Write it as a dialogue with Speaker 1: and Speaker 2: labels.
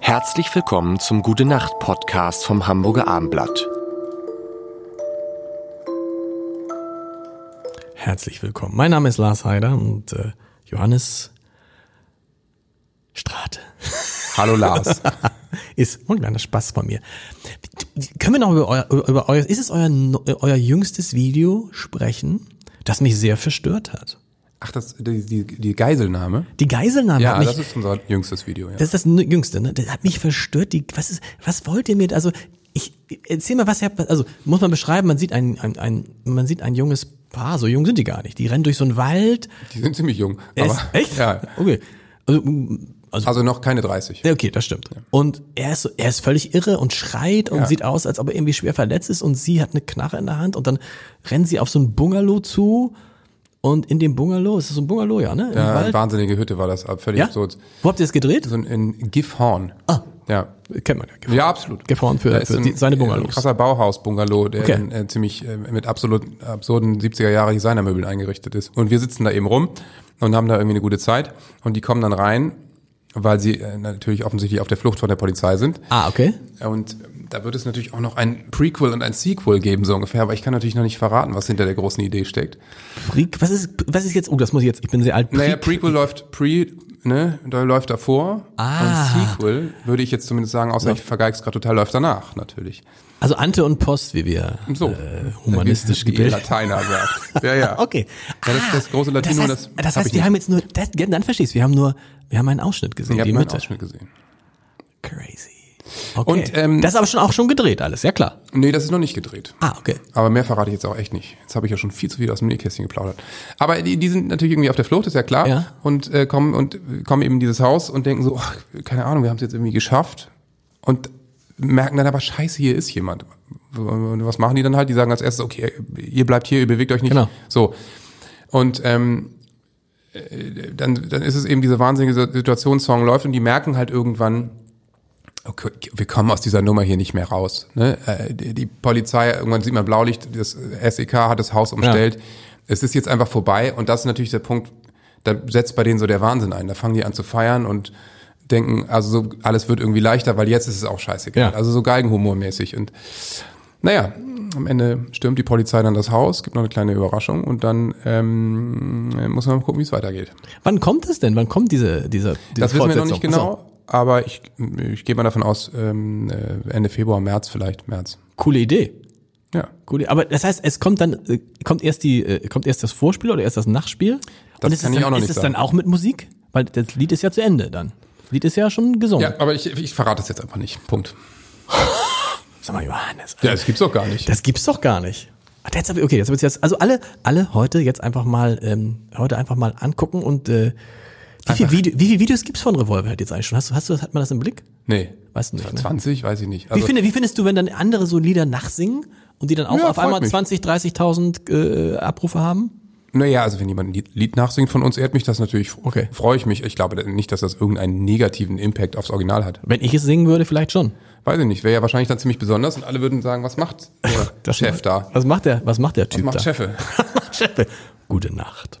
Speaker 1: Herzlich willkommen zum Gute Nacht Podcast vom Hamburger Armblatt.
Speaker 2: Herzlich willkommen. Mein Name ist Lars Heider und äh, Johannes Strate
Speaker 3: Hallo Lars.
Speaker 2: ist oh, ein kleiner Spaß bei mir. Können wir noch über euer, über, über euer ist es euer, neu- euer jüngstes Video sprechen, das mich sehr verstört hat?
Speaker 3: Ach, das, die, die, die Geiselnahme?
Speaker 2: Die Geiselnahme
Speaker 3: Ja,
Speaker 2: hat mich,
Speaker 3: das ist unser jüngstes Video. Ja.
Speaker 2: das ist das nü- Jüngste, ne? Das hat mich verstört. Die, was ist, was wollt ihr mir, also, ich, erzähl mal, was ihr habt, also, muss man beschreiben, man sieht ein, ein, ein, man sieht ein junges Paar, so jung sind die gar nicht. Die rennen durch so einen Wald.
Speaker 3: Die sind ziemlich jung.
Speaker 2: Es-
Speaker 3: aber-
Speaker 2: echt?
Speaker 3: Ja.
Speaker 2: Okay. Also, mm, also
Speaker 3: Also noch keine 30.
Speaker 2: Ja, okay, das stimmt. Und er ist, so- er ist völlig irre und schreit und
Speaker 3: Ja.
Speaker 2: sieht aus, als ob er irgendwie schwer verletzt ist und sie hat eine Knarre in der Hand und dann rennen sie auf so ein Bungalow zu und in dem Bungalow, ist das so ein Bungalow, ja, ne? Im
Speaker 3: Ja, eine
Speaker 2: Wald.
Speaker 3: wahnsinnige Hütte war das, aber völlig
Speaker 2: ja?
Speaker 3: absurd.
Speaker 2: Wo habt ihr das gedreht?
Speaker 3: So ein in Gifhorn.
Speaker 2: Ah.
Speaker 3: Ja.
Speaker 2: Kennt man ja. Gef-
Speaker 3: Ja, absolut.
Speaker 2: Gifhorn für-
Speaker 3: Da ist
Speaker 2: für die- seine Bungalows.
Speaker 3: Ein äh, krasser Bauhaus-Bungalow, der
Speaker 2: Okay.
Speaker 3: in, äh, ziemlich äh, mit absolut absurden 70er-Jahre-Designermöbeln eingerichtet ist. Und wir sitzen da eben rum und haben da irgendwie eine gute Zeit. Und die kommen dann rein, weil sie äh, natürlich offensichtlich auf der Flucht von der Polizei sind.
Speaker 2: Ah, okay.
Speaker 3: Und da wird es natürlich auch noch ein Prequel und ein Sequel geben, so ungefähr. Aber ich kann natürlich noch nicht verraten, was hinter der großen Idee steckt.
Speaker 2: Pre was ist, was ist jetzt, oh, das muss ich jetzt, ich bin sehr alt. Pre-
Speaker 3: Naja, Prequel läuft pre, ne, da läuft davor.
Speaker 2: Ah.
Speaker 3: Und Sequel, würde ich jetzt zumindest sagen, außer ich vergeig's gerade total, läuft danach, natürlich.
Speaker 2: also Ante und Post, wie wir
Speaker 3: So.
Speaker 2: äh, humanistisch
Speaker 3: Wie- wie ihr
Speaker 2: gebildet
Speaker 3: Lateiner sagt. Ja, ja.
Speaker 2: Okay. Ah,
Speaker 3: Ja, das, das große Latino,
Speaker 2: das heißt,
Speaker 3: das,
Speaker 2: das
Speaker 3: hab
Speaker 2: heißt
Speaker 3: ich
Speaker 2: wir
Speaker 3: nicht.
Speaker 2: haben jetzt nur, das, dann verstehst du, wir haben nur, wir haben einen Ausschnitt gesehen,
Speaker 3: Ihr habt
Speaker 2: die
Speaker 3: meinen
Speaker 2: Mitte.
Speaker 3: Ausschnitt gesehen.
Speaker 2: Crazy. Okay.
Speaker 3: Und, ähm,
Speaker 2: das ist aber schon auch schon gedreht alles, ja klar.
Speaker 3: Nee, das ist noch nicht gedreht.
Speaker 2: Ah, okay.
Speaker 3: Aber mehr verrate ich jetzt auch echt nicht. Jetzt habe ich ja schon viel zu viel aus dem Nähkästchen geplaudert. Aber die, die sind natürlich irgendwie auf der Flucht, ist ja klar.
Speaker 2: Ja.
Speaker 3: Und äh, kommen und äh, kommen eben in dieses Haus und denken so, ach, keine Ahnung, wir haben es jetzt irgendwie geschafft. Und merken dann aber, scheiße, hier ist jemand. Und was machen die dann halt? Die sagen als erstes, okay, ihr bleibt hier, ihr bewegt euch nicht.
Speaker 2: Genau.
Speaker 3: So. Und ähm, äh, dann, dann ist es eben diese wahnsinnige Situation, Song läuft und die merken halt irgendwann, okay, wir kommen aus dieser Nummer hier nicht mehr raus. Ne? Äh, Die die Polizei, irgendwann sieht man Blaulicht, das SEK hat das Haus umstellt. Es ist jetzt einfach vorbei und das ist natürlich der Punkt, da setzt bei denen so der Wahnsinn ein. Da fangen die an zu feiern und denken, also so, alles wird irgendwie leichter, weil jetzt ist es auch scheißegal.
Speaker 2: Ja.
Speaker 3: Also so Geigenhumormäßig. Und naja, am Ende stürmt die Polizei dann das Haus, gibt noch eine kleine Überraschung und dann ähm, muss man mal gucken, wie es weitergeht.
Speaker 2: Wann kommt es denn? Wann kommt diese diese, diese
Speaker 3: Das wissen wir noch nicht
Speaker 2: Fortsetzung?
Speaker 3: genau, aber ich, ich gehe mal davon aus, ähm, äh, Ende Februar, März vielleicht, März.
Speaker 2: Achso, coole Idee.
Speaker 3: Ja.
Speaker 2: Coole, aber das heißt, es kommt dann äh, kommt erst die äh, kommt erst das Vorspiel oder erst das Nachspiel?
Speaker 3: Das
Speaker 2: Und ist
Speaker 3: kann
Speaker 2: es
Speaker 3: ich
Speaker 2: dann,
Speaker 3: auch noch
Speaker 2: ist
Speaker 3: nicht
Speaker 2: es
Speaker 3: sagen.
Speaker 2: dann auch mit Musik, weil das Lied ist ja zu Ende dann. Das Lied ist ja schon gesungen.
Speaker 3: Ja, aber ich, ich verrate es jetzt einfach nicht. Punkt.
Speaker 2: Sag mal Johannes.
Speaker 3: Ja, das gibt's doch gar nicht.
Speaker 2: Das gibt's doch gar nicht. Ach, jetzt hab ich, okay, jetzt wird's jetzt also alle alle heute jetzt einfach mal ähm, heute einfach mal angucken und äh, wie, viel Video, wie viele Videos gibt's von Revolverhead jetzt eigentlich schon? Hast du hast du hat man das im Blick?
Speaker 3: Nee.
Speaker 2: Weißt du nicht, ne?
Speaker 3: 20, weiß ich nicht.
Speaker 2: Wie,
Speaker 3: Also,
Speaker 2: finde, wie findest du, wenn dann andere so Lieder nachsingen und die dann auch
Speaker 3: Ja,
Speaker 2: auf
Speaker 3: freut
Speaker 2: einmal
Speaker 3: mich.
Speaker 2: 20, 30.000 äh, Abrufe haben?
Speaker 3: naja, also wenn jemand ein Lied- Lied nachsingt von uns, ehrt mich das natürlich.
Speaker 2: Okay.
Speaker 3: Freue ich mich. Ich glaube nicht, dass das irgendeinen negativen Impact aufs Original hat.
Speaker 2: Wenn ich es singen würde, vielleicht schon.
Speaker 3: Weiß ich nicht. Wäre ja wahrscheinlich dann ziemlich besonders und alle würden sagen, was macht der Chef da?
Speaker 2: Was macht der, was macht der Typ
Speaker 3: Macht
Speaker 2: da?
Speaker 3: Chefe.
Speaker 2: Chef. Gute Nacht.